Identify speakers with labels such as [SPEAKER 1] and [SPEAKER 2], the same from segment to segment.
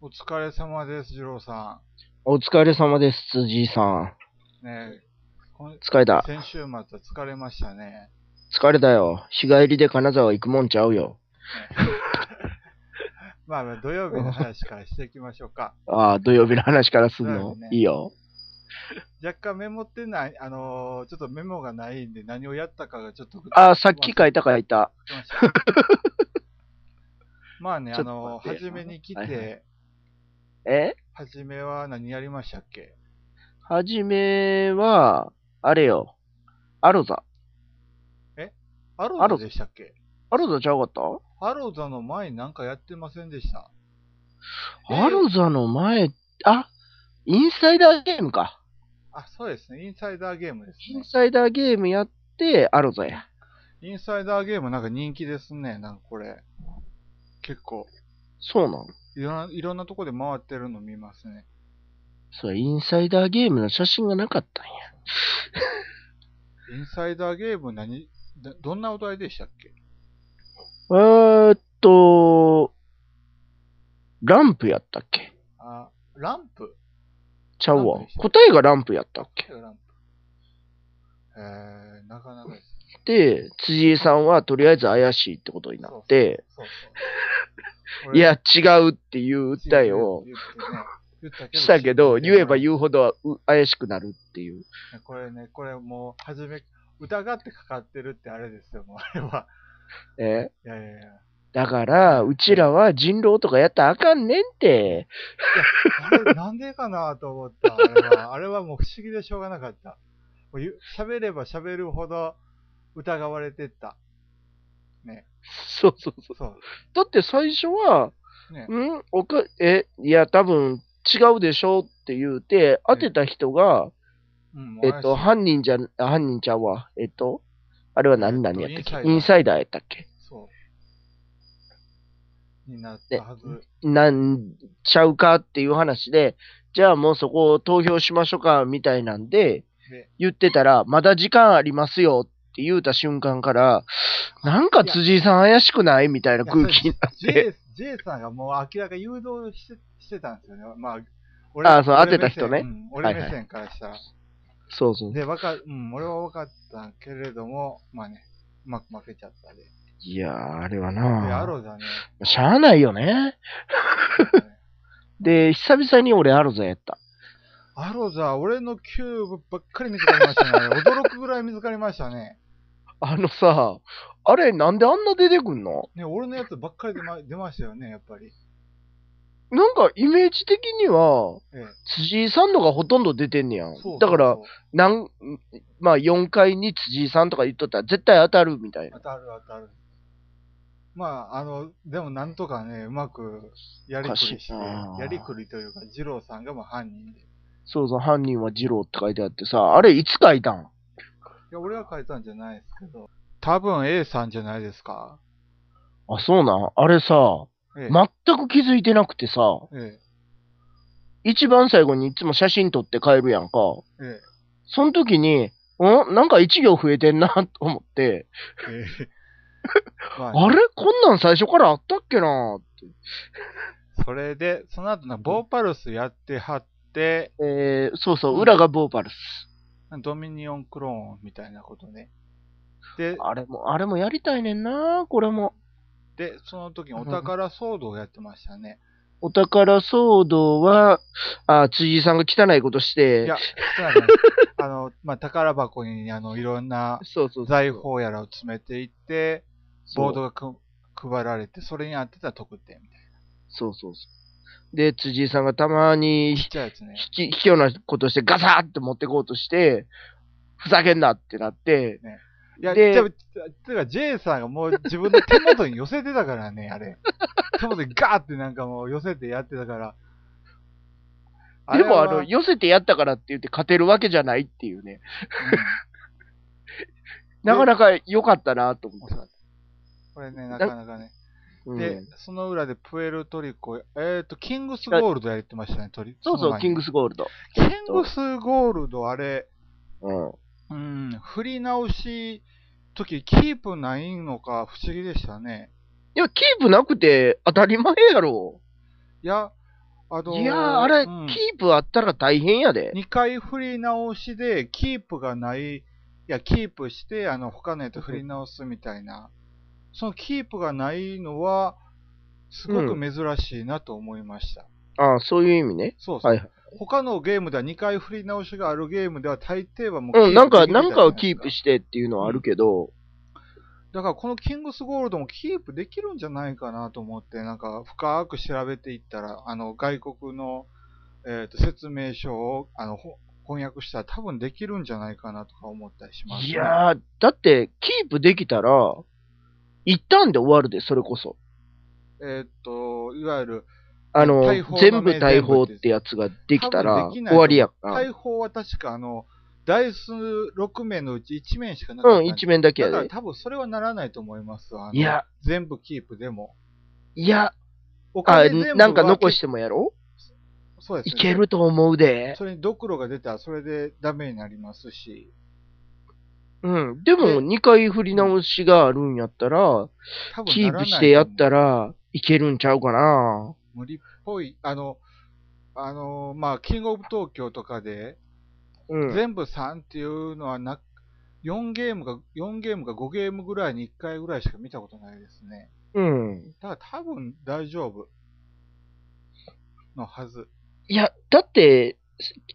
[SPEAKER 1] お疲れ様です、二郎さ
[SPEAKER 2] お疲れ様です、辻井さん。
[SPEAKER 1] ん。ねえ、こん
[SPEAKER 2] 疲れた。
[SPEAKER 1] 先週末は疲れましたね。
[SPEAKER 2] 疲れたよ。日帰りで金沢行くもんちゃうよ。
[SPEAKER 1] まあまあ、土曜日の話からしていきましょうか。
[SPEAKER 2] ああ、土曜日の話からすん
[SPEAKER 1] そう
[SPEAKER 2] の、
[SPEAKER 1] ですね
[SPEAKER 2] いいよ。
[SPEAKER 1] 若干メモってない、あのーちょっとメモがないんで、何をやったかがちょっと。
[SPEAKER 2] ああ、さっき書いた書いた。
[SPEAKER 1] 忘れてました。 まあね、あ
[SPEAKER 2] ちょっと
[SPEAKER 1] のー
[SPEAKER 2] 待って
[SPEAKER 1] 初めに来て、
[SPEAKER 2] はいはえ
[SPEAKER 1] 初めは何やりましたっけ
[SPEAKER 2] はじめは、あれよ。アロザ。
[SPEAKER 1] アロードでしたっけ
[SPEAKER 2] アロザちゃうかった
[SPEAKER 1] アロードの前になんかやってませんでした。
[SPEAKER 2] アロザの前、あ、インサイダーゲームか。
[SPEAKER 1] あ、そうですね。インサイダーゲームです
[SPEAKER 2] イ
[SPEAKER 1] ね
[SPEAKER 2] ン。サイダーゲームやって、アロザや。
[SPEAKER 1] インサイダーゲームなんか人気ですね。なんかこれ。結構。
[SPEAKER 2] そうなん。
[SPEAKER 1] いろんな、いろんなとこで回ってるの見ますね。
[SPEAKER 2] そう、インサイダーゲームの写真がなかったんや。
[SPEAKER 1] インサイダーゲーム何、だどんなお題でしたっけ
[SPEAKER 2] えーっと、ランプやったっけ
[SPEAKER 1] あ、ランプ
[SPEAKER 2] ちゃう
[SPEAKER 1] ランプ
[SPEAKER 2] わ
[SPEAKER 1] でし。ょ
[SPEAKER 2] 答えがランプやったっけ
[SPEAKER 1] ランプ。えー、なかなかです。
[SPEAKER 2] で、辻井さんはとりあえず怪しいってことになって、
[SPEAKER 1] そうそう。
[SPEAKER 2] いや、、違うっていう訴えを
[SPEAKER 1] 言ってね言ったけど
[SPEAKER 2] したけど、言えば
[SPEAKER 1] う。
[SPEAKER 2] 言うほどう怪しくなるっていう。
[SPEAKER 1] これね、これもう、初め、疑ってかかってるってあれですよ、もうあれは。
[SPEAKER 2] え
[SPEAKER 1] いやいやいや。
[SPEAKER 2] だから、うちらは人狼とかやったらあかんねんって。
[SPEAKER 1] あれ、なんでかなと思った。あれ は、あれはもう不思議でしょうがなかった。もうゆ喋れば喋るほど疑われてった。
[SPEAKER 2] そうそうそう。
[SPEAKER 1] そう。
[SPEAKER 2] だって最初は、
[SPEAKER 1] ね。
[SPEAKER 2] んおかえ、いや、多分違うでしょって言うて、当てた人が、
[SPEAKER 1] うん、もう
[SPEAKER 2] え
[SPEAKER 1] 怪しい
[SPEAKER 2] っと、犯人じゃ、あ犯人ちゃうわ。えっと、あれは何何やったっけ、イ
[SPEAKER 1] イン
[SPEAKER 2] ンサイダーやったっけ
[SPEAKER 1] そう。になったはず。
[SPEAKER 2] なんちゃうかっていう話で、じゃあもうそこを投票しましょうかみたいなんで
[SPEAKER 1] ね、
[SPEAKER 2] 言ってたら、まだ時間ありますよって言うた瞬間から、なんか辻井さん怪しくないみたいな空気になっ
[SPEAKER 1] い
[SPEAKER 2] て、
[SPEAKER 1] やそれ J, J さんがもう明らかに誘導してしてたんですよね。まあ、
[SPEAKER 2] あそう
[SPEAKER 1] 俺
[SPEAKER 2] 当てた人ね
[SPEAKER 1] 目線うん俺
[SPEAKER 2] はいは
[SPEAKER 1] 目
[SPEAKER 2] い
[SPEAKER 1] 線からしたら。
[SPEAKER 2] そうそう。
[SPEAKER 1] で、わか、うん、俺は分かったけれども、まあね、うまく負けちゃったで。
[SPEAKER 2] いやー、あれは
[SPEAKER 1] で、ア
[SPEAKER 2] な
[SPEAKER 1] ロ ザね。
[SPEAKER 2] しゃあないよね。で、久々に俺アロザやった。
[SPEAKER 1] アロザ、俺のキューブばっかり見つかりま したね。驚くぐらい見つかりましたね。
[SPEAKER 2] あのさ、あれなんであんな出てくんの
[SPEAKER 1] ね、俺のやつばっかり出ま出ましたよね、やっぱり。
[SPEAKER 2] なんかイメージ的には、
[SPEAKER 1] ええ
[SPEAKER 2] 辻井さんのがほとんど出てんねやん。
[SPEAKER 1] そう
[SPEAKER 2] だから
[SPEAKER 1] そう、
[SPEAKER 2] なん、まあ4回に辻井さんとか言っとったら絶対当たるみたい
[SPEAKER 1] 当
[SPEAKER 2] な。
[SPEAKER 1] たる当たる。まあ、あの、でもなんとかね、うまくやりくりして、
[SPEAKER 2] おかしいなあ
[SPEAKER 1] やりくりというか、二郎さんがまあ犯人で。い
[SPEAKER 2] そうそう、犯人は二郎って書いてあってさ、あれいつ書いたん
[SPEAKER 1] や、俺が書いたんじゃないですけど、多分 A さんじゃないですか。
[SPEAKER 2] あ、そうなんあれさ、
[SPEAKER 1] ええ、
[SPEAKER 2] 全く気づいてなくてさ、
[SPEAKER 1] え
[SPEAKER 2] 一番最後にいつも写真撮って帰るやんか。
[SPEAKER 1] え、え
[SPEAKER 2] その時に、んなんか一行増えてんな と思って、
[SPEAKER 1] え、ええ。まあね
[SPEAKER 2] あれこんなん最初からあったっけなって。
[SPEAKER 1] それで、その後な、ボーパルスやってはって、
[SPEAKER 2] えー、そうそう、裏がボーパルス。
[SPEAKER 1] ドミニオンクローンみたいなことね。で、
[SPEAKER 2] あれも、あれもやりたいねんなこれも。
[SPEAKER 1] で、その時にお宝騒動をやってましたね。
[SPEAKER 2] お宝騒動は、あ、辻井さんが汚いことし
[SPEAKER 1] い
[SPEAKER 2] て、
[SPEAKER 1] や、実はね、あの、まあ、宝箱に、あの、いろんな
[SPEAKER 2] そうそうそう
[SPEAKER 1] 財宝やらを詰めていって、ボード
[SPEAKER 2] が。
[SPEAKER 1] がく配られて、それに当てた特典みたいな。
[SPEAKER 2] そうそうそう。で、辻井さんがたまに、
[SPEAKER 1] ちっ
[SPEAKER 2] ひ
[SPEAKER 1] ちゃいやつね。
[SPEAKER 2] き、卑怯なことしてガサーって持ってこうとして、ふざけんなってなって、
[SPEAKER 1] いや、
[SPEAKER 2] で
[SPEAKER 1] でも、てか J さんがもう自分の手元に寄せてたからね、あれ。手元にガーってなんかもう寄せてやってたから。
[SPEAKER 2] でもあ
[SPEAKER 1] れは
[SPEAKER 2] の、寄せてやったからって言って勝てるわけじゃないっていうね。
[SPEAKER 1] うん
[SPEAKER 2] なかなか良かったなと思って。
[SPEAKER 1] これね、なかなかね。
[SPEAKER 2] うん
[SPEAKER 1] で、その裏でプエルトリコ、えっ、と、キングスゴールドやってましたね、トリ
[SPEAKER 2] そうそう、キン
[SPEAKER 1] グ。
[SPEAKER 2] グスゴールド。
[SPEAKER 1] キングスゴールド、あれ、
[SPEAKER 2] うん。
[SPEAKER 1] うん、振り直し時、キープないのか不思議でしたね。
[SPEAKER 2] いや、キープなくて当たり前やろ。
[SPEAKER 1] いや、あの
[SPEAKER 2] いやー、あれ、
[SPEAKER 1] うん
[SPEAKER 2] キープあったら大変やで。
[SPEAKER 1] 2回振り直しで、キープがない、いや、キープして、あの、他のやつ振り直すみたいな、そのキープがないのは、すごく珍しいなと思いました。
[SPEAKER 2] ああ、そういう意味ね。
[SPEAKER 1] そうそう、
[SPEAKER 2] はい。
[SPEAKER 1] 他のゲームでは2回振り直しがあるゲームでは大抵はもう
[SPEAKER 2] うん、なんか、
[SPEAKER 1] できる
[SPEAKER 2] な
[SPEAKER 1] じゃい
[SPEAKER 2] ん
[SPEAKER 1] です
[SPEAKER 2] かをキープしてっていうのはあるけど、
[SPEAKER 1] だからこのキングスゴールドもキープできるんじゃないかなと思って、なんか深く調べていったら、あの外国の、えー、と説明書をあのほ翻訳したら多分できるんじゃないかなとか思ったりします、
[SPEAKER 2] いやー、だって、キープできたら、一旦で終わるで、それこそ。
[SPEAKER 1] えっ、と、いわゆる
[SPEAKER 2] あの
[SPEAKER 1] 大砲、
[SPEAKER 2] 全部
[SPEAKER 1] のね
[SPEAKER 2] 大砲ってやつができた
[SPEAKER 1] 多
[SPEAKER 2] ら
[SPEAKER 1] 分できない
[SPEAKER 2] 終わりやから。
[SPEAKER 1] 大砲は確かあの、ダイス6面のうち1面しかなかった
[SPEAKER 2] うんん、
[SPEAKER 1] で。
[SPEAKER 2] 一面だけ
[SPEAKER 1] だ
[SPEAKER 2] や
[SPEAKER 1] から
[SPEAKER 2] で。
[SPEAKER 1] 多分それはならないと思いますわ。あの
[SPEAKER 2] いや、
[SPEAKER 1] 全部キープでも。
[SPEAKER 2] いや、
[SPEAKER 1] お
[SPEAKER 2] あ、
[SPEAKER 1] 全部は
[SPEAKER 2] なんか残してもやろ
[SPEAKER 1] そうで
[SPEAKER 2] い
[SPEAKER 1] すね。
[SPEAKER 2] けると思うで。
[SPEAKER 1] それにドクロが出たらそれでダメになりますし。
[SPEAKER 2] うん。でも、
[SPEAKER 1] で
[SPEAKER 2] 2回振り直しがあるんやったら、
[SPEAKER 1] 多分
[SPEAKER 2] キ
[SPEAKER 1] な
[SPEAKER 2] ー
[SPEAKER 1] ら
[SPEAKER 2] プ
[SPEAKER 1] ない
[SPEAKER 2] してやった
[SPEAKER 1] ら。
[SPEAKER 2] らいけるんちゃうかな。
[SPEAKER 1] 無理っぽい。あの、あの、まあ、キングオブ東京とかで、
[SPEAKER 2] うん。
[SPEAKER 1] 全部3っていうのはな、4ゲームか、4ゲームか5ゲームぐらいに1回ぐらいしか見たことないですね。
[SPEAKER 2] うん。
[SPEAKER 1] だから多分大丈夫。のはず。
[SPEAKER 2] いや、だって、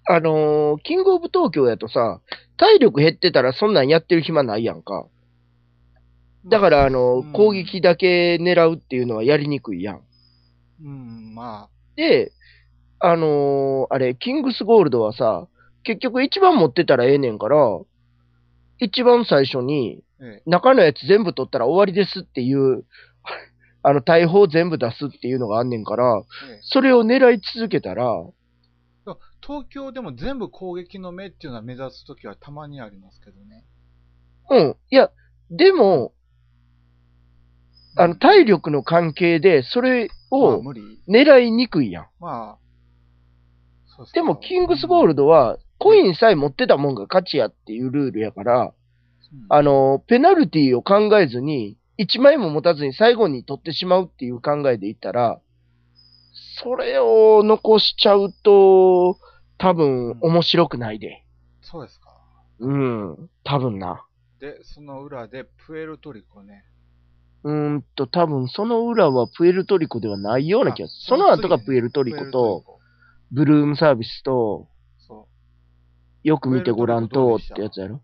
[SPEAKER 2] あのーキングオブ東京やとさ、体力減ってたらそんなんやってる暇ないやんか。だから、あのー
[SPEAKER 1] うん
[SPEAKER 2] 攻撃だけ狙うっていうのはやりにくいやん。
[SPEAKER 1] うん、ま
[SPEAKER 2] で、あのーあれ、キングスゴールドはさ、結局一番持ってたらええねんから、一番最初に
[SPEAKER 1] あ、ええ。
[SPEAKER 2] 中のやつ全部取ったら終わりですっていう、 あの、大砲全部出すっていうのがあんねんから、
[SPEAKER 1] ええ
[SPEAKER 2] それを狙い続けたら、
[SPEAKER 1] でも東京でも全部攻撃の目っていうのは目指すときはたまにありますけどね。
[SPEAKER 2] うん、いや、でも、あの、体力の関係で、それ
[SPEAKER 1] まあ
[SPEAKER 2] を
[SPEAKER 1] 無理。
[SPEAKER 2] 狙いにくいやん。
[SPEAKER 1] まあ、そうそう
[SPEAKER 2] でも、キングスゴールドは、コインさえ持ってたもんが勝ちやっていうルールやから、
[SPEAKER 1] うん
[SPEAKER 2] あの、ペナルティを考えずに、1枚も持たずに最後に取ってしまうっていう考えでいったら、それを残しちゃうと、多分面白くないで。
[SPEAKER 1] そうですか。
[SPEAKER 2] うん、多分な。
[SPEAKER 1] で、その裏でプエルトリコね。
[SPEAKER 2] うーんと、多分その裏はプエルトリコではないような気がする。その後がプエルトリコ
[SPEAKER 1] プエルト
[SPEAKER 2] と、ブルームサービスと、
[SPEAKER 1] リコそ
[SPEAKER 2] よく見てごらんとってやつやろ。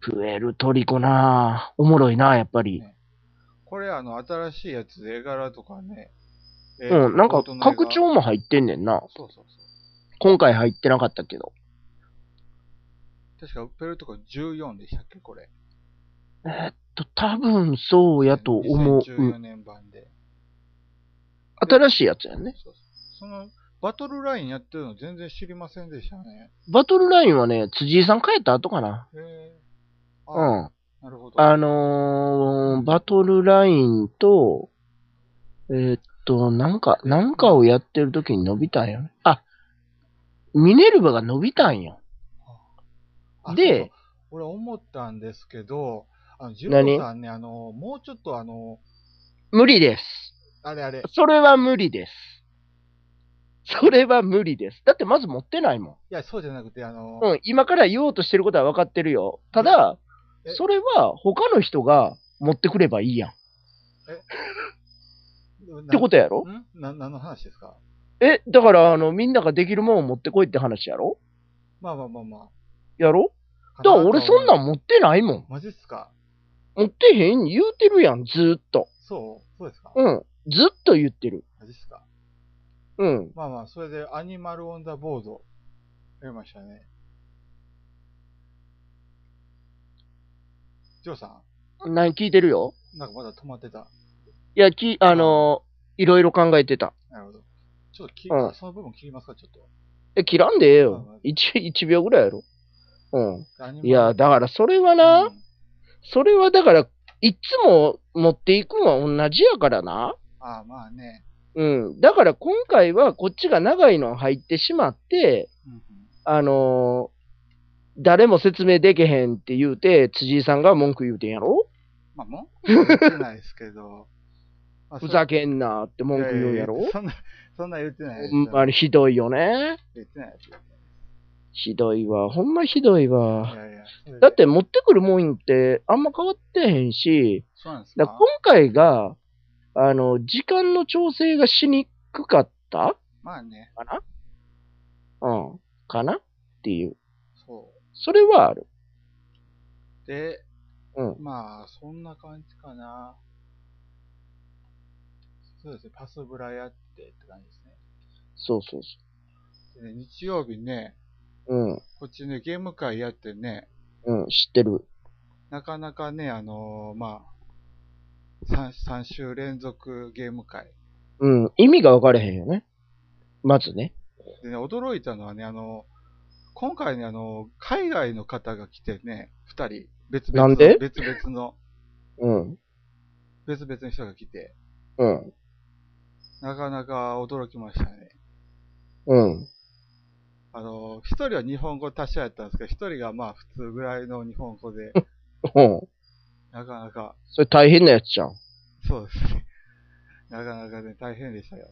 [SPEAKER 2] プエルトリコなぁ。おもろいなぁ、やっぱり。
[SPEAKER 1] う。これ、あの、新しいやつで絵柄とかね。えー
[SPEAKER 2] うん、なんか
[SPEAKER 1] 大人が
[SPEAKER 2] 拡張も入ってんねんな。
[SPEAKER 1] そうそうそう。
[SPEAKER 2] 今回入ってなかったけど。
[SPEAKER 1] 確か、プエルトリコ14でしたっけ、これ。
[SPEAKER 2] えーっと、多分そうやと思う。
[SPEAKER 1] 2014年版で。
[SPEAKER 2] 新しいやつやね。
[SPEAKER 1] そうそうその、バトルラインやってるの全然知りませんでしたね。
[SPEAKER 2] バトルラインはね、辻井さん帰った後かな。
[SPEAKER 1] へえ。
[SPEAKER 2] う
[SPEAKER 1] あ、
[SPEAKER 2] ん。
[SPEAKER 1] なるほど。
[SPEAKER 2] あのー、バトルラインと、えーっと、なんか、なんかをやってる時に伸びたんよね。あ、ミネルヴァが伸びたんよ。
[SPEAKER 1] あ
[SPEAKER 2] で
[SPEAKER 1] そうそう俺思ったんですけど、あの、ジ
[SPEAKER 2] 何
[SPEAKER 1] ロさんね、あの、もうちょっとあの、
[SPEAKER 2] 無理です。
[SPEAKER 1] あれあれ、
[SPEAKER 2] それは無理です。それは無理です。だってまず持ってないもん。
[SPEAKER 1] いや、そうじゃなくて、あの、
[SPEAKER 2] うん、今から言おうとしてることは分かってるよ。ただ
[SPEAKER 1] え、
[SPEAKER 2] それは他の人が持ってくればいいやん。っ
[SPEAKER 1] って
[SPEAKER 2] ことやろ
[SPEAKER 1] んな何の話ですか
[SPEAKER 2] え、だから、あの、みんなができるもんを持ってこいって話やろ
[SPEAKER 1] まあまあまあま
[SPEAKER 2] やろ
[SPEAKER 1] あ。
[SPEAKER 2] だから俺そんなん
[SPEAKER 1] ん。
[SPEAKER 2] 持ってないもん。
[SPEAKER 1] マジっすか
[SPEAKER 2] 持ってへん言うてるやん、ずーっと。
[SPEAKER 1] そうそうですか、
[SPEAKER 2] うん。ずっと言ってる。
[SPEAKER 1] マジっすか
[SPEAKER 2] うん。
[SPEAKER 1] まあまあ、それでアニマルオンザボード、やりましたね。ジョーさ
[SPEAKER 2] 何聞いてるよ
[SPEAKER 1] ん、なんかまだ止まってた。
[SPEAKER 2] いや、き、あのーいろいろ考えてた。
[SPEAKER 1] なるほど。ちょっとき、
[SPEAKER 2] うん
[SPEAKER 1] その部分切りますか、ちょっと。
[SPEAKER 2] え、切らんでええ
[SPEAKER 1] まあまあ
[SPEAKER 2] よ。1、一秒ぐらいやろ。うん。
[SPEAKER 1] アニマル
[SPEAKER 2] いや、だからそれはな、
[SPEAKER 1] うん
[SPEAKER 2] それはだから、いつも持っていくんは同じやからな。
[SPEAKER 1] ああ、まあね。
[SPEAKER 2] うん。だから今回はこっちが長いの入ってしまって、
[SPEAKER 1] うんうん
[SPEAKER 2] あのー誰も説明できへんって言うて、辻井さんが文句言うてんやろ
[SPEAKER 1] まあ、 文句は言ってないですけど。まあそ
[SPEAKER 2] ふ
[SPEAKER 1] れ
[SPEAKER 2] ざけんなって文句言うやろ
[SPEAKER 1] いやいやそんな、そんな言ってないです。
[SPEAKER 2] ほんまにひどいよね。
[SPEAKER 1] 言ってないです。い
[SPEAKER 2] ひどいわ。ほんまひどいわ。
[SPEAKER 1] やいや。それで
[SPEAKER 2] だって、持ってくるもんってあんま変わってへんし、
[SPEAKER 1] そうなんです
[SPEAKER 2] だ
[SPEAKER 1] か
[SPEAKER 2] から今回が、あの、時間の調整がしにくかった
[SPEAKER 1] まあね、
[SPEAKER 2] かなうん。かなっていう。
[SPEAKER 1] そ
[SPEAKER 2] それはある。
[SPEAKER 1] う。で、
[SPEAKER 2] うん
[SPEAKER 1] まあ、そんな感じかな。そうですね、パスブラやってって感じですね。
[SPEAKER 2] そうそうそ
[SPEAKER 1] でね日曜日ね、
[SPEAKER 2] う。うん。
[SPEAKER 1] こっちね、ゲーム会やってね、
[SPEAKER 2] うん、知ってる。
[SPEAKER 1] なかなかね、あのーまあ、3, 三週連続ゲーム会。
[SPEAKER 2] うん。意味が分かれへんよね。まずね。
[SPEAKER 1] でね、驚いたのはね、あのー今回ね、あのー海外の方が来てね、2人、別々
[SPEAKER 2] な
[SPEAKER 1] の、
[SPEAKER 2] んで
[SPEAKER 1] 別々の、
[SPEAKER 2] うん。
[SPEAKER 1] 別々の人が来て、
[SPEAKER 2] うん。
[SPEAKER 1] なかなか驚きましたね。
[SPEAKER 2] うん。
[SPEAKER 1] あのー、一人は日本語達者やったんですけど、一人がまあ普通ぐらいの日本 語で、
[SPEAKER 2] うん。
[SPEAKER 1] なかなか、
[SPEAKER 2] それ大変なやつじゃん。
[SPEAKER 1] そうですね。なかなかね、大変でしたよ。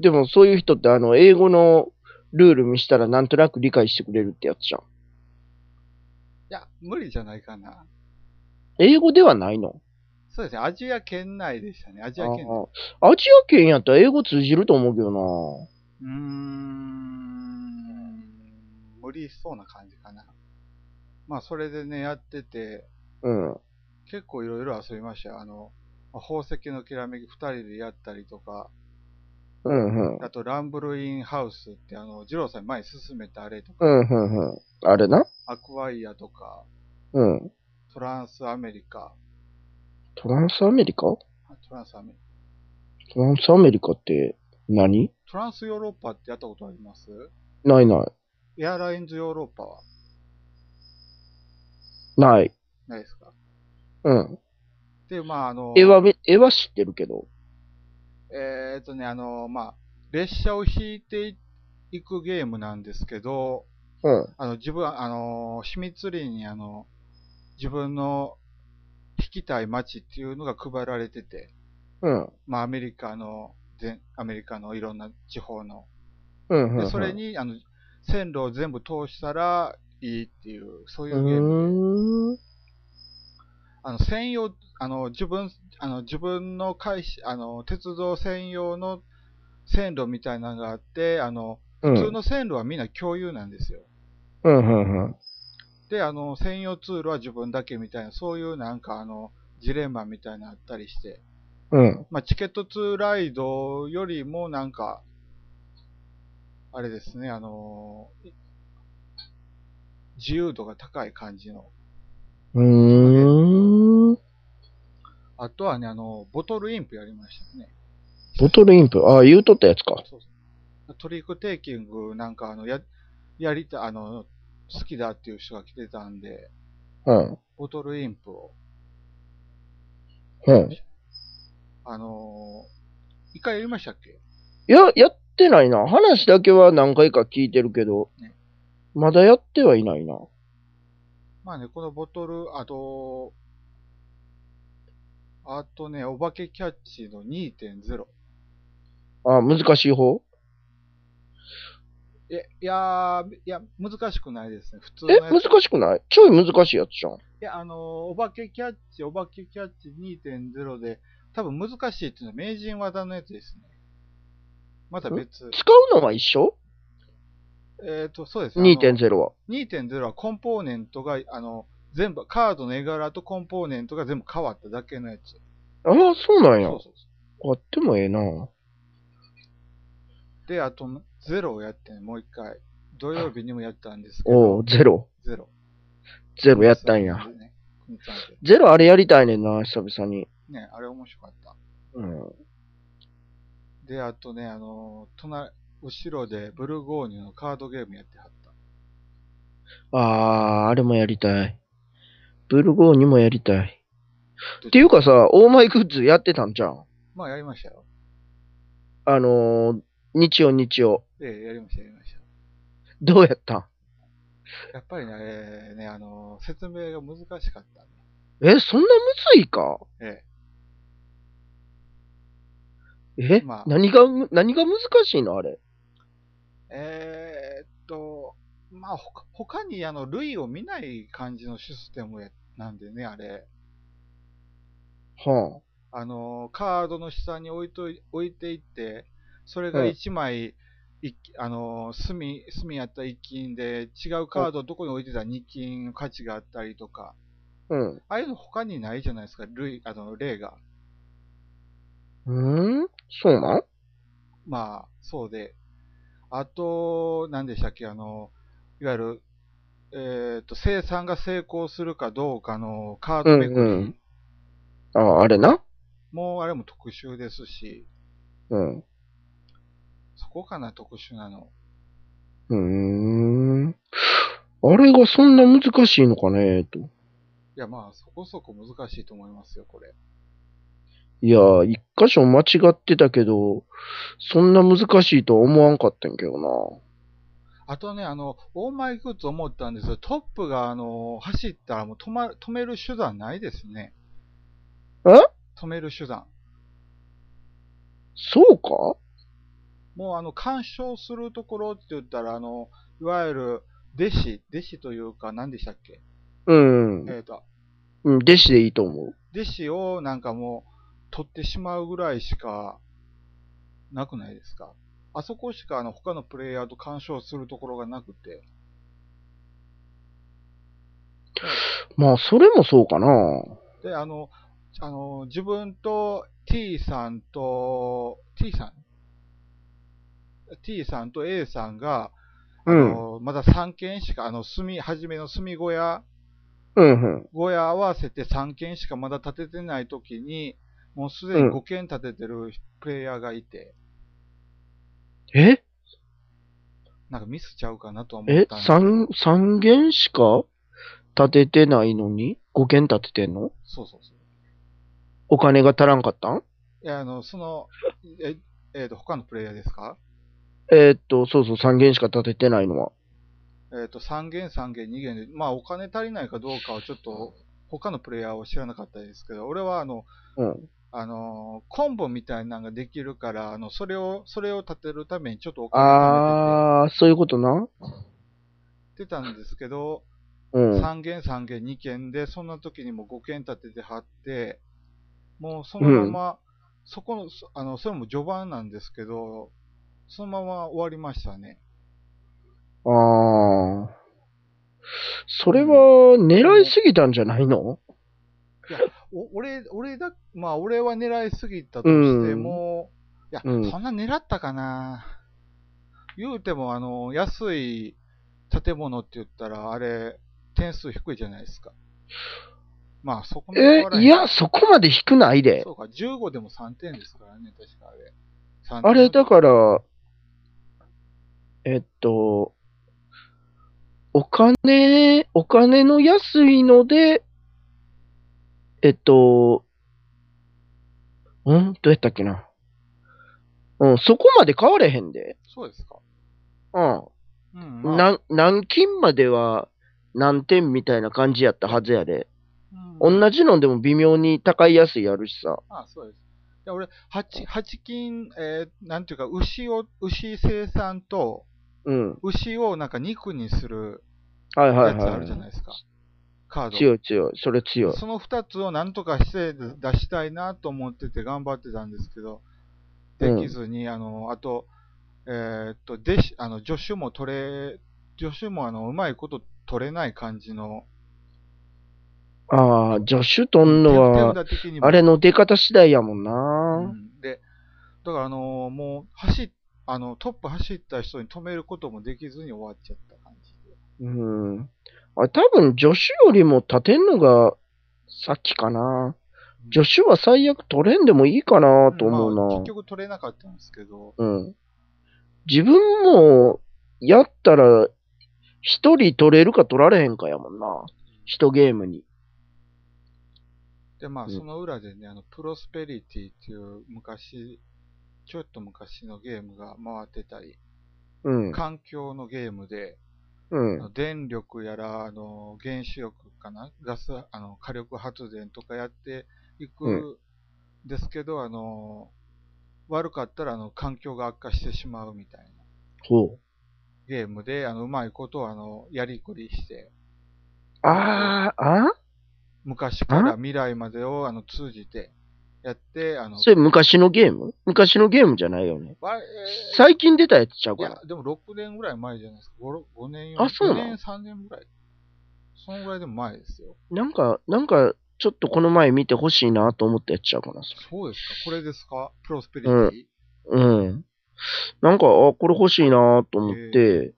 [SPEAKER 2] でもそういう人ってあの、英語のルール見したらなんとなく理解してくれるってやつじゃん。
[SPEAKER 1] いや、無理じゃないかな。
[SPEAKER 2] 英語ではないの
[SPEAKER 1] そうですね、アジア圏内でしたね、アジア圏内。
[SPEAKER 2] ああアジア圏やったら英語通じると思うけどな
[SPEAKER 1] うーん、無理そうな感じかな。まあ、それでね、やってて、
[SPEAKER 2] うん。
[SPEAKER 1] 結構いろいろ遊びましたよ。あの、まあ宝石のきらめき2人でやったりとか、
[SPEAKER 2] うんうん。
[SPEAKER 1] あと、ランブルインハウスって、あの、二郎さんに前に進めたあれとか、
[SPEAKER 2] うんうんうん。あれな
[SPEAKER 1] アクアイアとか、
[SPEAKER 2] うん。
[SPEAKER 1] トランスアメリカ、
[SPEAKER 2] トランスアメリカト
[SPEAKER 1] あトランスアメリ
[SPEAKER 2] ランスアメリカって何
[SPEAKER 1] カ、トランスヨーロッパってやったことあります
[SPEAKER 2] ないない。
[SPEAKER 1] エアラインズヨーロッパは
[SPEAKER 2] ない。
[SPEAKER 1] ないですか
[SPEAKER 2] うん。
[SPEAKER 1] で、まあ、あの、
[SPEAKER 2] 絵はめ、絵は知ってるけど。
[SPEAKER 1] えーっとね、あの、まあ、列車を引いていくゲームなんですけど、
[SPEAKER 2] うん。
[SPEAKER 1] あの、自分、あの、秘密裏に、あの、自分の引きたい街っていうのが配られてて、
[SPEAKER 2] うん。
[SPEAKER 1] まあ、アメリカの、全アメリカのいろんな地方の。
[SPEAKER 2] うんうん、う
[SPEAKER 1] で、
[SPEAKER 2] ん。
[SPEAKER 1] それに、あの、線路を全部通したらいいっていう、そういう
[SPEAKER 2] う
[SPEAKER 1] ゲーム。
[SPEAKER 2] ーん。
[SPEAKER 1] あの、専用、あの、自分、あの、自分の会社、あの、鉄道専用の線路みたいなのがあって、あの、
[SPEAKER 2] うん。
[SPEAKER 1] 普通の線路はみんな共有なんですよ。
[SPEAKER 2] うんうんうん。
[SPEAKER 1] で、あの、専用ツールは自分だけみたいな、そういうなんかあの、ジレンマみたいなのあったりして、
[SPEAKER 2] うん。
[SPEAKER 1] まあ、チケットツーライドよりもなんか、あれですね、あの、自由度が高い感じの。
[SPEAKER 2] うーん。
[SPEAKER 1] あとはね、あの、ボトルインプやりましたね。
[SPEAKER 2] ボトルインプ。ああ、言うとったやつか。
[SPEAKER 1] そうそうトリックテイキングなんかあの、や、やりた、あの、好きだっていう人が来てたんで、
[SPEAKER 2] うん。
[SPEAKER 1] ボトルインプを。
[SPEAKER 2] うん。
[SPEAKER 1] あのー、一回やりましたっけ
[SPEAKER 2] いや、やってないな。話だけは何回か聞いてるけど
[SPEAKER 1] ね、
[SPEAKER 2] まだやってはいないな。
[SPEAKER 1] まあね、このボトル、あと、あとね、お化けキャッチの2.0。
[SPEAKER 2] あ、難しい方
[SPEAKER 1] え、いやー、いや、難しくないですね。普通の
[SPEAKER 2] え、
[SPEAKER 1] やつ。
[SPEAKER 2] 難
[SPEAKER 1] い
[SPEAKER 2] しくないちょい難しいやつじゃん。
[SPEAKER 1] や、あのー、お化けキャッチ、お化けキャッチ2.0で、多分難しいっていうのは名人技のやつですね。また別。
[SPEAKER 2] 使うのは一緒
[SPEAKER 1] えっ、と、そうです。あの
[SPEAKER 2] ?2.0 は。
[SPEAKER 1] 2.0はコンポーネントが、あの、全部、カードの絵柄とコンポーネントが全部変わっただけのやつ。
[SPEAKER 2] ああ、そうなんや
[SPEAKER 1] そう。そうそ
[SPEAKER 2] あってもええな。
[SPEAKER 1] う。で、あと、ゼロをやってね、もう一回。土曜日にもやったんですけ
[SPEAKER 2] お
[SPEAKER 1] ど
[SPEAKER 2] う、、ゼロ。
[SPEAKER 1] ゼロ。
[SPEAKER 2] ゼロやったんや
[SPEAKER 1] そ。うですね。国産で
[SPEAKER 2] ゼロあれやりたいねんな、久々に。
[SPEAKER 1] ね、あれ面白かった。
[SPEAKER 2] うん。
[SPEAKER 1] で、あとね、あの、隣、後ろでブルゴーニュのカードゲームやってはった。
[SPEAKER 2] ああ、あれもやりたい。ブルゴーニュもやりたい。っていうかさ、オーマイグッズやってたんじゃん。
[SPEAKER 1] まあ、やりましたよ。
[SPEAKER 2] あのー、日曜日曜。
[SPEAKER 1] ええ、やりました、やりました。
[SPEAKER 2] どうやったん
[SPEAKER 1] やっぱりね、ええね、あの、説明が難しかったね。
[SPEAKER 2] え、そんなむずいか
[SPEAKER 1] ええ。
[SPEAKER 2] え、
[SPEAKER 1] まあ
[SPEAKER 2] 何がむ、何が難しいのあれ。
[SPEAKER 1] えーっと、まあ、ほか他にあの類を見ない感じのシステムやなんでね、あれ。
[SPEAKER 2] は
[SPEAKER 1] あの、カードの下に置いとい置いていって、それ
[SPEAKER 2] う
[SPEAKER 1] が
[SPEAKER 2] ん
[SPEAKER 1] 1枚、一あの、隅、隅やったら1金で、違うカードをどこに置いてたら2金の価値があったりとか、
[SPEAKER 2] あ。うん。
[SPEAKER 1] ああいうの他にないじゃないですか、類、あの、例が。
[SPEAKER 2] うーんそうなん
[SPEAKER 1] まあ、そうで。あと、何でしたっけ、あの、いわゆる、えっ、と、生産が成功するかどうかのカードめくり、
[SPEAKER 2] うんうんああ、あれな。
[SPEAKER 1] もうあれも特殊ですし、
[SPEAKER 2] うん。
[SPEAKER 1] そこかな、特殊なの。
[SPEAKER 2] うーん。あれがそんな難しいのかね、と。
[SPEAKER 1] いや、まあ、そこそこ難しいと思いますよ、これ。
[SPEAKER 2] いやー、一箇所間違ってたけど、そんな難しいとは思わんかったんやけどな。
[SPEAKER 1] あとね、あの、オーマイグッズ思ったんですけど、トップが、あの、走ったらもう止ま、止める手段ないですね。
[SPEAKER 2] え
[SPEAKER 1] 止める手段。
[SPEAKER 2] そうか
[SPEAKER 1] もうあの、干渉するところって言ったら、あの、いわゆる、弟子、弟子というか、何でしたっけ
[SPEAKER 2] うん。
[SPEAKER 1] えっ、と、
[SPEAKER 2] うん、弟子でいいと思う。
[SPEAKER 1] 弟子をなんかもう、取ってしまうぐらいしか、なくないですかあそこしか、あの、他のプレイヤーと干渉するところがなくて。
[SPEAKER 2] まあ、それもそうかな。
[SPEAKER 1] で、あの、あの、自分と T さんと、T さん ?T さんと A さんが、
[SPEAKER 2] う
[SPEAKER 1] あ
[SPEAKER 2] ん。
[SPEAKER 1] のまだ3件しか、あの、住はじめの住小屋、
[SPEAKER 2] うん、うん。
[SPEAKER 1] 小屋合わせて3件しかまだ建ててないときに、もうすでに5件建ててるプレイヤーがいて、
[SPEAKER 2] え
[SPEAKER 1] なんかミスちゃうかなとは思っ
[SPEAKER 2] え
[SPEAKER 1] たんです
[SPEAKER 2] 三、三軒しか建ててないのに五軒建ててんの
[SPEAKER 1] そうそうそう。
[SPEAKER 2] お金が足らんかったん
[SPEAKER 1] いや、あの、その、え、えーと、他のプレイヤーですか
[SPEAKER 2] えーっと、そうそう、三軒しか建ててないのは。
[SPEAKER 1] えっと3弦、3弦、2弦で、まあ、お金足りないかどうかはちょっと、他のプレイヤーは知らなかったですけど、俺はあの、
[SPEAKER 2] うん。
[SPEAKER 1] あのーコンボみたいなのができるから、あのそれを、それを立てるためにちょっとお金貯めて
[SPEAKER 2] あー、そういうことな。
[SPEAKER 1] てたんですけど、
[SPEAKER 2] うん。
[SPEAKER 1] 3弦、3弦、2弦で、そんな時にも5弦立てて貼って、もうそのまま、そこの、そあの、それも序盤なんですけど、そのまま終わりましたね。
[SPEAKER 2] あー。それは、狙いすぎたんじゃないの
[SPEAKER 1] お俺俺だ、まあ、俺は狙いすぎたとしても、いや、
[SPEAKER 2] うん
[SPEAKER 1] そんな狙ったかな。言うても、あの、安い建物って言ったら、あれ、点数低いじゃないですか。まあ、そこまで変
[SPEAKER 2] え
[SPEAKER 1] わら、ない
[SPEAKER 2] や、そこまで低ないで。
[SPEAKER 1] そうか、15でも3点ですからね、確かあれ。3点
[SPEAKER 2] あれ、だから、えっと、お金、お金の安いので、えっと、うんどうやったっけな。うん、そこまで買われへんで。
[SPEAKER 1] そうですか。
[SPEAKER 2] うん。
[SPEAKER 1] うん、まあ
[SPEAKER 2] なん何金までは何点みたいな感じやったはずやで。
[SPEAKER 1] うん
[SPEAKER 2] 同じのでも微妙に高い安いやるしさ。
[SPEAKER 1] あそうです。で俺、八八金、えーなんていうか、牛を、牛生産と、
[SPEAKER 2] うん。
[SPEAKER 1] 牛をなんか肉にする
[SPEAKER 2] はいはい
[SPEAKER 1] やつ
[SPEAKER 2] はい。
[SPEAKER 1] あるじゃないですか。カード。
[SPEAKER 2] 強い強い。それ強い。
[SPEAKER 1] その2つをなんとかして出したいなと思ってて頑張ってたんですけど、できずに、あの、あと、えーっと、弟子、あの、助手も取れ、助手もあの、うまいこと取れない感じの、
[SPEAKER 2] ああ、ジョシュトン
[SPEAKER 1] 手
[SPEAKER 2] のは、
[SPEAKER 1] 手札的にも
[SPEAKER 2] あれの出方次第やもん
[SPEAKER 1] う
[SPEAKER 2] な。
[SPEAKER 1] んで、だからあの、もう、走っ、あの、トップ走った人に止めることもできずに終わっちゃった感じで。
[SPEAKER 2] うん。あれ多分、ジョシュよりも立てんのが、さっきかな。ジョシュは最悪取れんでもいいかなと思
[SPEAKER 1] まあ
[SPEAKER 2] う
[SPEAKER 1] 結
[SPEAKER 2] な。
[SPEAKER 1] 局取れなかったんですけど、
[SPEAKER 2] うん。自分も、やったら、一人取れるか取られへんかやもんな。一ゲームに。
[SPEAKER 1] で、まあ、
[SPEAKER 2] うん
[SPEAKER 1] その裏でね、あの、プロスペリティっていう昔、ちょっと昔のゲームが回ってたり、
[SPEAKER 2] うん。
[SPEAKER 1] 環境のゲームで、
[SPEAKER 2] う
[SPEAKER 1] あ
[SPEAKER 2] ん。
[SPEAKER 1] の電力やら、あの、原子力かな、ガス、あの、火力発電とかやっていくんですけど、あの、悪かったら、あの、環境が悪化してしまうみたいな
[SPEAKER 2] ほ
[SPEAKER 1] ゲームで、あの、うまいことを、あの、やりくりして、
[SPEAKER 2] う。ああ、あ
[SPEAKER 1] 昔から未来までを、あの、通じて、やって、あの、
[SPEAKER 2] それ昔のゲーム昔のゲームじゃないよね。
[SPEAKER 1] わえー
[SPEAKER 2] 最近出たやつちゃう
[SPEAKER 1] い
[SPEAKER 2] か
[SPEAKER 1] や
[SPEAKER 2] な。、
[SPEAKER 1] でも6年ぐらい前じゃないですか。5, 5年、
[SPEAKER 2] あそう
[SPEAKER 1] 4
[SPEAKER 2] なの
[SPEAKER 1] 年、3年ぐらい。そのぐらいでも前ですよ。
[SPEAKER 2] なんか、なんか、ちょっとこの前見てほしいなと思ったやつちゃうかな。それ
[SPEAKER 1] そうですかこれですかプロスペリティ、
[SPEAKER 2] うん。なんか、あ、これ欲しいなと思って、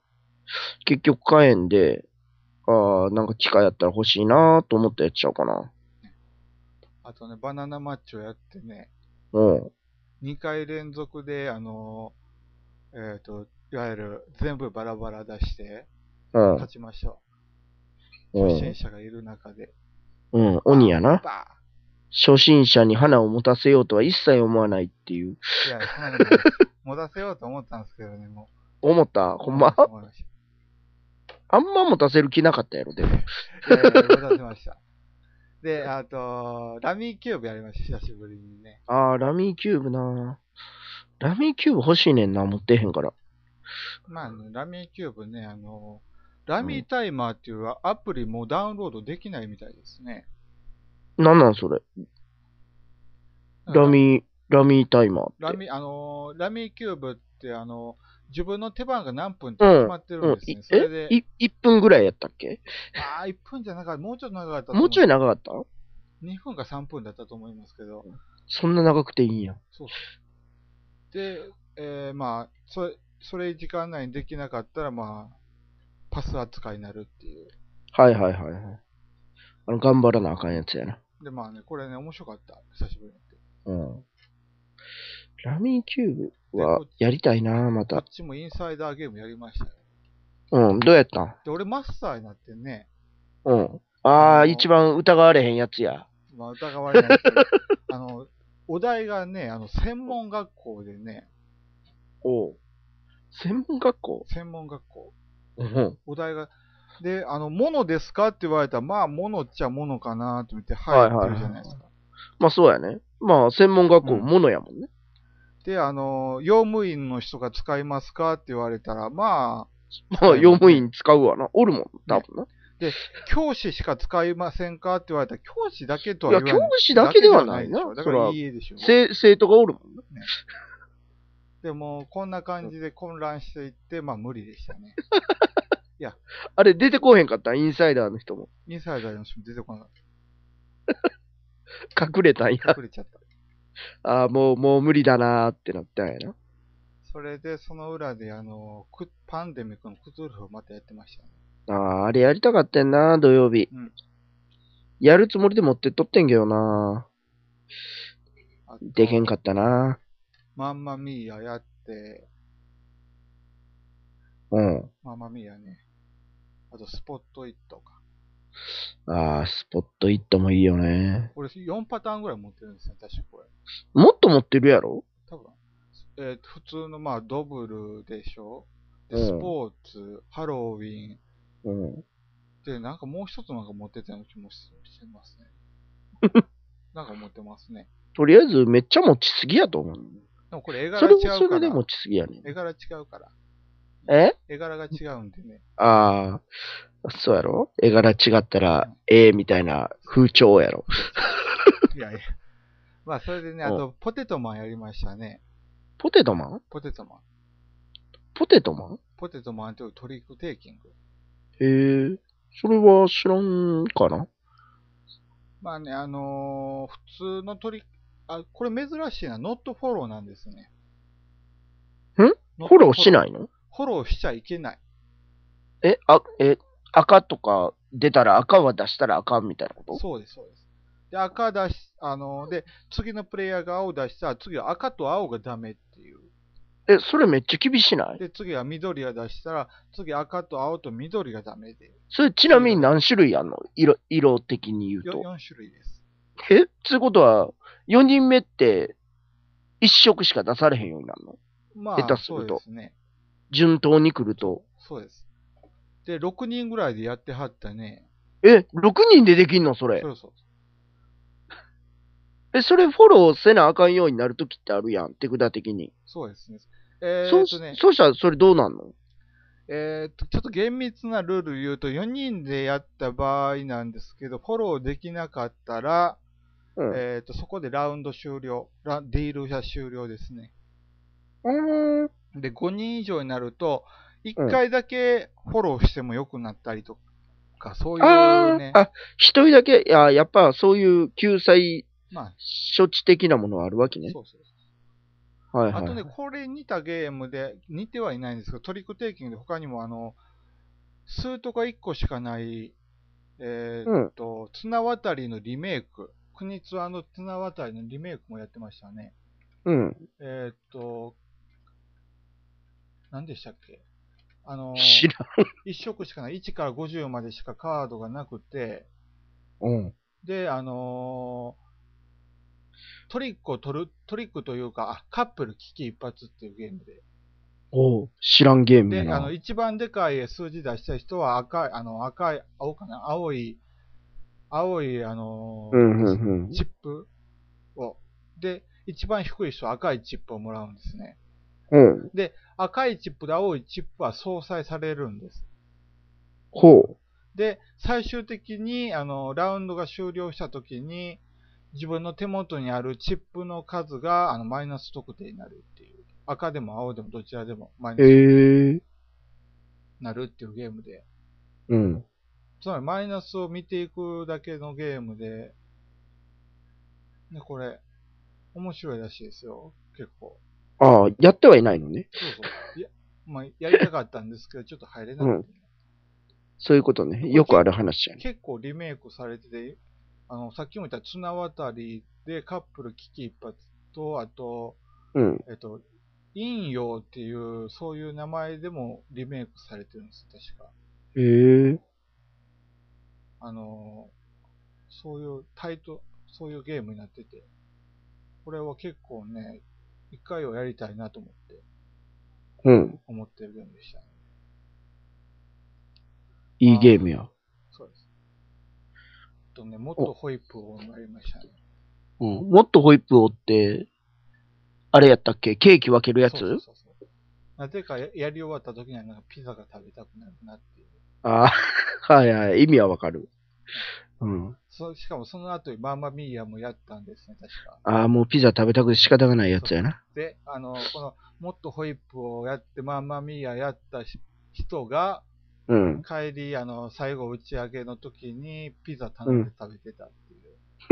[SPEAKER 2] 結局買えんで、あなんか機会あったら欲しいなと思ったやつちゃうかな。
[SPEAKER 1] あとね、バナナマッチをやってね、
[SPEAKER 2] うん。
[SPEAKER 1] 2回連続で、あのー、えっ、と、いわゆる全部バラバラ出して、
[SPEAKER 2] うん。
[SPEAKER 1] 勝ちましょう。
[SPEAKER 2] う
[SPEAKER 1] 初心
[SPEAKER 2] ん。
[SPEAKER 1] 者がいる中で。
[SPEAKER 2] うん。鬼やな。
[SPEAKER 1] バ
[SPEAKER 2] 初心者に花を持たせようとは一切思わないっていう。
[SPEAKER 1] ーンいや、そんなことない 持たせようと思ったんですけどね、も
[SPEAKER 2] 思った
[SPEAKER 1] う。
[SPEAKER 2] ほんま
[SPEAKER 1] 思いまし
[SPEAKER 2] あんま持たせる気なかったやろ、でも。
[SPEAKER 1] た。えー持たせました。で、あと、ラミーキューブやりました、久しぶりにね。
[SPEAKER 2] あー、ラミーキューブなラミーキューブ欲しいねんな、持ってへんから。
[SPEAKER 1] まあね、ラミーキューブね、あの、ラミータイマーっていうアプリもダウンロードできないみたいですね。
[SPEAKER 2] なんなんそれ。ラミー、ラミータイマーっ
[SPEAKER 1] ラ
[SPEAKER 2] て。
[SPEAKER 1] ミ、あのーラミーキューブって、あのー自分の手番が何分って
[SPEAKER 2] うん
[SPEAKER 1] 決まってるんですね。
[SPEAKER 2] うんい
[SPEAKER 1] それで、
[SPEAKER 2] い1分ぐらいやったっけ
[SPEAKER 1] ああ、1分じゃなかった。もうちょっと長かったと思。
[SPEAKER 2] もうちょい長かった
[SPEAKER 1] 2分か3分だったと思いますけど。
[SPEAKER 2] そんな長くていいんや。
[SPEAKER 1] そうそうで、えーまあ、それ、それ時間内にできなかったら、まあ、パス扱いになるっていう。
[SPEAKER 2] はいはいはいはい。あの、頑張らなあかんやつやな。
[SPEAKER 1] で、まあね、これね、面白かった。久しぶりにやって。
[SPEAKER 2] うん。ラミーキューブはやりたいなま。
[SPEAKER 1] こったちもインサイダーゲームやりましたよ。
[SPEAKER 2] うん、どうやったん
[SPEAKER 1] で、俺マスターになってね、
[SPEAKER 2] うん。あ
[SPEAKER 1] あの
[SPEAKER 2] あ、一番疑われへんやつや。
[SPEAKER 1] まあ、疑われないけど、 あの、お題がね、あの、専門学校でね、
[SPEAKER 2] おう。専門学校
[SPEAKER 1] 専門学校、
[SPEAKER 2] うん。
[SPEAKER 1] お題が、で、あの、ものですかって言われたら、まあ、ものっちゃものかなと思って、
[SPEAKER 2] は
[SPEAKER 1] はいい、
[SPEAKER 2] はいはい
[SPEAKER 1] ってるじゃないですか。
[SPEAKER 2] まあそうやね。まあ専門学校
[SPEAKER 1] うん
[SPEAKER 2] ものやもんね。
[SPEAKER 1] で、あの、用務員の人が使いますかって言われたら、まあ、
[SPEAKER 2] まあ、用務員使うわな。おるもん、多分な。
[SPEAKER 1] 教師しか使いませんかって言われたら、教師だけと
[SPEAKER 2] いや、
[SPEAKER 1] は言
[SPEAKER 2] 教
[SPEAKER 1] わない。
[SPEAKER 2] 師だけではない
[SPEAKER 1] だ
[SPEAKER 2] な
[SPEAKER 1] けでは。でしょだ
[SPEAKER 2] そ
[SPEAKER 1] か
[SPEAKER 2] れ
[SPEAKER 1] ら、
[SPEAKER 2] はい
[SPEAKER 1] いでしょ。
[SPEAKER 2] 生生徒がおるもんな。
[SPEAKER 1] でも、こんな感じで混乱していって、まあ、無理でした ね。
[SPEAKER 2] あれ、出てこうへんかったインサイダーの人も。
[SPEAKER 1] インサイダーの人も出てこなかっ
[SPEAKER 2] 隠れた んや。
[SPEAKER 1] た。隠れちゃった。
[SPEAKER 2] ああ、もう、もう無理だなーってなったんやな。
[SPEAKER 1] それで、その裏で、あの、クパンデミックのクトゥルフをまたやってましたね。
[SPEAKER 2] ああ、あれやりたかったんな、土曜日。
[SPEAKER 1] うん
[SPEAKER 2] やるつもりで持ってっとってんけどな。
[SPEAKER 1] あと
[SPEAKER 2] でけんかったな。
[SPEAKER 1] マンマミーアやって、
[SPEAKER 2] うん。
[SPEAKER 1] マンマミーアね。あと、スポットイットか。
[SPEAKER 2] ああ、スポットイットもいいよね。
[SPEAKER 1] 俺、4パターンぐらい持ってるんですよ、確かこれ。
[SPEAKER 2] もっと持ってるやろ
[SPEAKER 1] 多分。えー普通の、まあ、ドブルでしょ。で、
[SPEAKER 2] うん
[SPEAKER 1] スポーツ、ハロウィン。
[SPEAKER 2] うん。
[SPEAKER 1] で、なんかもう一つなんか持ってたような気もししてます ね。なんか持ってますね。
[SPEAKER 2] とりあえず、めっちゃ持ちすぎやと思う。
[SPEAKER 1] でもこれ絵
[SPEAKER 2] そ
[SPEAKER 1] 柄
[SPEAKER 2] れ
[SPEAKER 1] 違
[SPEAKER 2] もそう
[SPEAKER 1] か
[SPEAKER 2] れで
[SPEAKER 1] ら。
[SPEAKER 2] 持ちすぎやね。
[SPEAKER 1] 絵柄違うから。
[SPEAKER 2] え
[SPEAKER 1] 絵柄が違うんでね。
[SPEAKER 2] ああ、そうやろ絵柄違ったら、ええみたいな風潮やろ。
[SPEAKER 1] いやいや。まあ、それでね、
[SPEAKER 2] う
[SPEAKER 1] あ
[SPEAKER 2] ん
[SPEAKER 1] と、ポテトマンやりましたね。
[SPEAKER 2] ポテトマン
[SPEAKER 1] ポテトマン。
[SPEAKER 2] ポテトマン
[SPEAKER 1] ポテトマンというトリックテイキング。
[SPEAKER 2] へえ、それは知らんかな
[SPEAKER 1] まあね、あのー普通のトリック、あ、これ珍しいな。ノットフォローなんですね。ん。
[SPEAKER 2] フォローしないいの
[SPEAKER 1] フォローしちゃいけない。
[SPEAKER 2] え、あ、え、赤とか出たら赤は出したらあかんみたいなこと
[SPEAKER 1] そうです、そうです。で、赤出し、あのーで、次のプレイヤーが青出したら、次は赤と青がダメっていう。
[SPEAKER 2] え、それめっちゃ厳しない
[SPEAKER 1] で、次は緑が出したら、次赤と青と緑がダメで。
[SPEAKER 2] それちなみに何種類あんの色、色的に言う
[SPEAKER 1] よ
[SPEAKER 2] と。
[SPEAKER 1] 4種類です。
[SPEAKER 2] えつうことは、4人目って、1色しか出されへんようになるの
[SPEAKER 1] ま
[SPEAKER 2] 下
[SPEAKER 1] あ、
[SPEAKER 2] 手す
[SPEAKER 1] そう
[SPEAKER 2] る
[SPEAKER 1] で
[SPEAKER 2] と
[SPEAKER 1] すね。
[SPEAKER 2] 順当に来ると。
[SPEAKER 1] そうです。で、6人ぐらいでやってはったね。
[SPEAKER 2] え、6人でできんのそれ
[SPEAKER 1] そ。うそう。
[SPEAKER 2] え、それフォローせなあかんようになるときってあるやん、手札的に。
[SPEAKER 1] そうですね。え
[SPEAKER 2] そ
[SPEAKER 1] ー、
[SPEAKER 2] う
[SPEAKER 1] っとね、
[SPEAKER 2] そうしたらそれどうなんの
[SPEAKER 1] えーっと、ちょっと厳密なルール言うと、4人でやった場合なんですけど、フォローできなかったら、
[SPEAKER 2] うん。
[SPEAKER 1] えーっと、そこでラウンド終了。ラディールが終了ですね。
[SPEAKER 2] うーん
[SPEAKER 1] で、5人以上になると、
[SPEAKER 2] うん
[SPEAKER 1] 1回だけフォローしても良くなったりとか、そうい
[SPEAKER 2] あ
[SPEAKER 1] う
[SPEAKER 2] ー
[SPEAKER 1] ね、
[SPEAKER 2] あ、一人だけ、いや、やっぱそういう救済
[SPEAKER 1] まあ、
[SPEAKER 2] 処置的なものはあるわけね。
[SPEAKER 1] そうそう。
[SPEAKER 2] はいは
[SPEAKER 1] あ
[SPEAKER 2] い。
[SPEAKER 1] とね、これ似たゲームで、似てはいないんですけど、トリックテイキングで他にも、あの、数とか1個しかない、えーっと、綱渡りのリメイク、国ツアーの綱渡りのリメイクもやってましたね。
[SPEAKER 2] うん。
[SPEAKER 1] えーっと、何でしたっけあの、
[SPEAKER 2] 知らん。
[SPEAKER 1] 1色しかない、1から50までしかカードがなくて、
[SPEAKER 2] うん。
[SPEAKER 1] で、あのートリックを取る、トリックというか、あカップル危機一発っていうゲームで、
[SPEAKER 2] おう知らんゲームや
[SPEAKER 1] で、あの、
[SPEAKER 2] な。
[SPEAKER 1] 一番でかい数字出した人は赤い、あの、赤い、青かな青い、青い、あのー
[SPEAKER 2] うんうんうん。
[SPEAKER 1] チップを。で、一番低い人は赤いチップをもらうんですね。
[SPEAKER 2] うん。
[SPEAKER 1] 赤いチップで青いチップは相殺されるんです。
[SPEAKER 2] ほ
[SPEAKER 1] で、最終的に、あの、ラウンドが終了した時に、自分の手元にあるチップの数が、あの、マイナス得点になるっていう。赤でも青でもどちらでもマイ
[SPEAKER 2] う。
[SPEAKER 1] ナスに
[SPEAKER 2] へえ。
[SPEAKER 1] なるっていうゲームで。
[SPEAKER 2] うん。
[SPEAKER 1] つまりマイナスを見ていくだけのゲームで、ね、これ、面白いらしいですよ、結構。
[SPEAKER 2] ああ、やってはいないのね。
[SPEAKER 1] そうそう。いや、まあ、やりたかったんですけど、ちょっと入れなくて、
[SPEAKER 2] そういうことね。よくある話やね。
[SPEAKER 1] 結構リメイクされてて、あの、さっきも言った綱渡りでカップル危機一髪と、あと、
[SPEAKER 2] うん。
[SPEAKER 1] えっと、陰陽っていう、そういう名前でもリメイクされてるんです、確か。
[SPEAKER 2] へえ。
[SPEAKER 1] あのーそういうタイト、そういうゲームになってて、これは結構ね、一回はやりたいなと思って、
[SPEAKER 2] うん。
[SPEAKER 1] 思ってるゲームでしたね。
[SPEAKER 2] いいゲームや。
[SPEAKER 1] そうです。あとね、もっとホイップをやりましたね。
[SPEAKER 2] うん。もっとホイップを追って、あれやったっけケーキ分けるやつ
[SPEAKER 1] そうそうそうそうなぜかややり終わった時にはなんかピザが食べたくなるなっていう。
[SPEAKER 2] ああ、 はいはい。意味はわかる。うん。
[SPEAKER 1] そうしかもその後にマンマミーヤもやったんですね、確か。
[SPEAKER 2] ああ、もうピザ食べたくて仕方がないやつやな。
[SPEAKER 1] で、あの、この、もっとホイップをやって、マンマミーヤやったし人が、
[SPEAKER 2] うん。
[SPEAKER 1] 帰り、あの、最後打ち上げの時にピザ頼んで食べてたってい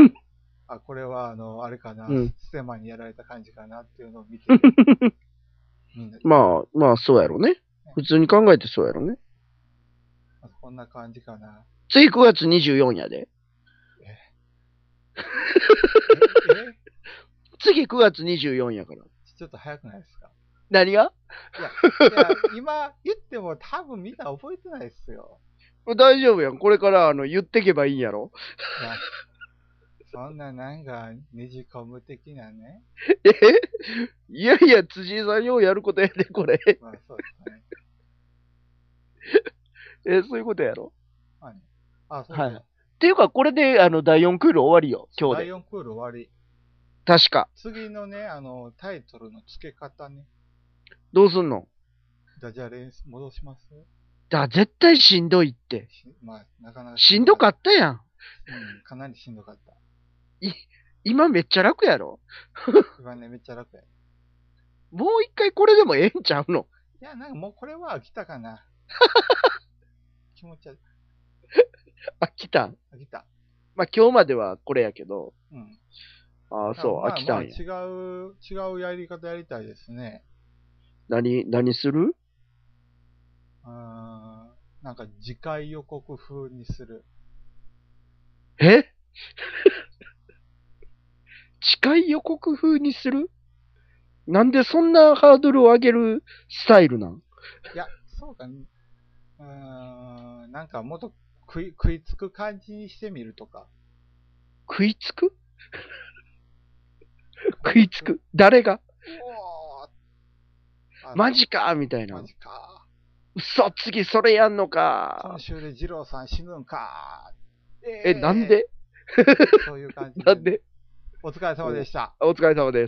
[SPEAKER 1] う。あ、これは、あの、あれかな、
[SPEAKER 2] うん
[SPEAKER 1] ステマにやられた感じかなっていうのを見て、みんな、
[SPEAKER 2] まあ、まあ、そうやろね。普通に考えてそうやろね。
[SPEAKER 1] こんな感じかな。
[SPEAKER 2] 次9月24やで。
[SPEAKER 1] ええ
[SPEAKER 2] 次9月24やから。
[SPEAKER 1] ちょっと早くないですか
[SPEAKER 2] 何が
[SPEAKER 1] いや、今言っても多分みんな覚えてないですよ。
[SPEAKER 2] 大丈夫やん。これから、あの、言ってけばいいんやろ。
[SPEAKER 1] いやそんななんか、ねじ込む的なね。
[SPEAKER 2] えいやいや、辻井さんようやることやで、これ。
[SPEAKER 1] まあそうですね。
[SPEAKER 2] え、そういうことやろ。
[SPEAKER 1] まあね。あ、そう
[SPEAKER 2] はい
[SPEAKER 1] だ
[SPEAKER 2] っていうか、これで、あの、第4クール終わりよ。今日
[SPEAKER 1] 第
[SPEAKER 2] で。
[SPEAKER 1] 4クール終わり。
[SPEAKER 2] 確か。
[SPEAKER 1] 次のね、あの、タイトルの付け方ね。
[SPEAKER 2] どうすんの
[SPEAKER 1] ダジャレ戻します
[SPEAKER 2] だ、絶対しんどいって。
[SPEAKER 1] しまあ、なかなか。
[SPEAKER 2] しんどか
[SPEAKER 1] っ
[SPEAKER 2] ったやん。
[SPEAKER 1] た。うん、かなりしんどかった。
[SPEAKER 2] 今めっちゃ楽やろ。
[SPEAKER 1] 今ね、めっちゃ楽や。い
[SPEAKER 2] もう一回これでもええんちゃうの
[SPEAKER 1] や、なんかもうこれは飽きたかな。気持ちは
[SPEAKER 2] あ、来たん。
[SPEAKER 1] 飽きた。
[SPEAKER 2] まあ、今日まではこれやけど。
[SPEAKER 1] うん。
[SPEAKER 2] ああ、そう、
[SPEAKER 1] ま
[SPEAKER 2] 飽きたんや。
[SPEAKER 1] まあ違う、違うやり方やりたいですね。
[SPEAKER 2] 何、何する
[SPEAKER 1] うーん。なんか次回予告風にする。
[SPEAKER 2] え 近い予告風にするなんでそんなハードルを上げるスタイルなん
[SPEAKER 1] いや、そうか、ね。うーん。なんかもっと食い、食いつく感じにしてみるとか。
[SPEAKER 2] 食いつく食いつく誰が
[SPEAKER 1] おーあの
[SPEAKER 2] マジかみたいな
[SPEAKER 1] マ。ジか。
[SPEAKER 2] 嘘、次それやんのか
[SPEAKER 1] 今。週で二郎さん死ぬんか。
[SPEAKER 2] え、なんで
[SPEAKER 1] そういう感じ。
[SPEAKER 2] なんで
[SPEAKER 1] お疲れ様でした。
[SPEAKER 2] お疲れ様です。